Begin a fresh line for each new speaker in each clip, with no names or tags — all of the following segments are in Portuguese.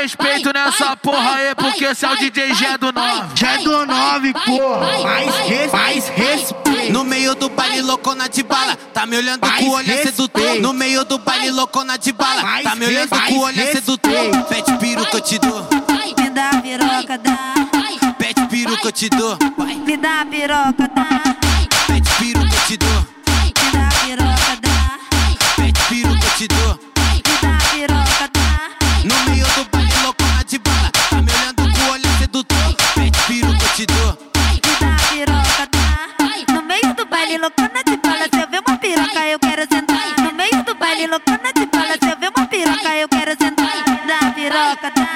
respeito nessa porra aí, porque se é o DJ já é do 9.
Já é do 9, porra. Mais res, mais respeito.
No meio do baile, loucona de bala. Tá me olhando
Mais
com o olhar
respeito.
sedutor. No meio do baile, loucona de bala.
Mais
Tá me olhando
respeito.
com o olhar
Mais
sedutor.
respeito.
Pede piro que eu te dou.
Me dá a piroca, dá.
Pede piro que eu te dou.
Me dá a piroca, dá.
Pede piro que eu te dou.
Me dá a piroca, dá.
Pede piro que eu te dou.
Me dá a piroca, dá.
No meio do baile, loucona de bala. Tá me olhando com o olhar sedutor. Pede piro que eu te dou.
Me dá a piroca, dá. No meio do baile, loucona de bala. Se eu ver uma piroca, eu quero sentar. No meio do baile, loucona de bala. Se eu ver uma piroca, eu quero sentar. Me dá a piroca, dá.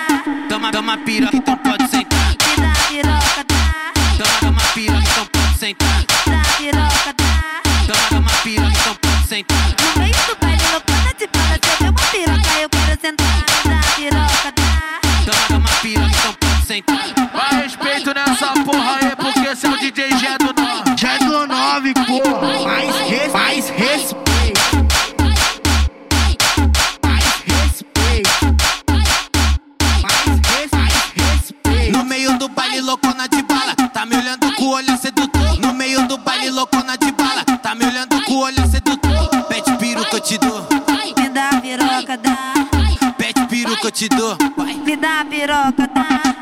Toma, toma piroca, então pode sentar.
Me dá a piroca, dá.
Toma, toma piroca, então pode sentar.
Me dá a piroca, dá.
Toma, toma piroca, então pode sentar.
No meio do baile, loucona de bala. Se eu ver uma piroca, eu quero sentar. Me dá a piroca, dá.
Toma, toma piroca, então pode sentar.
Vai respeito nessa porra aí, porque se é o DJ já é do 9.
Já é do 9, porra. Mais res, mais respeito. Mais respeito. Mais res, mais respeito.
No meio do baile, loucona de bala. Tá me olhando com o olhar sedutor. No meio do baile, loucona de bala. Tá me olhando com o olhar sedutor. Pede piro que eu te dou.
Me dá a piroca, dá.
Pede piro que eu te dou.
Me dá a piroca, dá.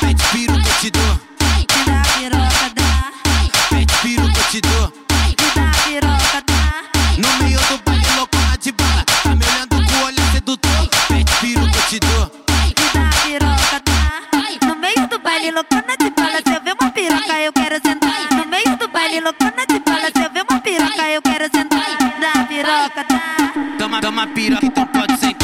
Pede piro que eu te dou.
Me dá a piroca, dá.
Pede piro que eu te dou.
Me dá a piroca, dá.
No meio do baile, loucona de bala. Tá me olhando com o olhar sedutor. Pede piro que eu te dou.
Me dá a piroca, dá. No meio do baile, loucona de bala. Se eu ver uma piroca, eu quero sentar. No meio do baile, loucona de bala. Se eu ver uma piroca, eu quero sentar. Me dá a piroca, dá.
Toma, toma piroca, então pode sentar. então então então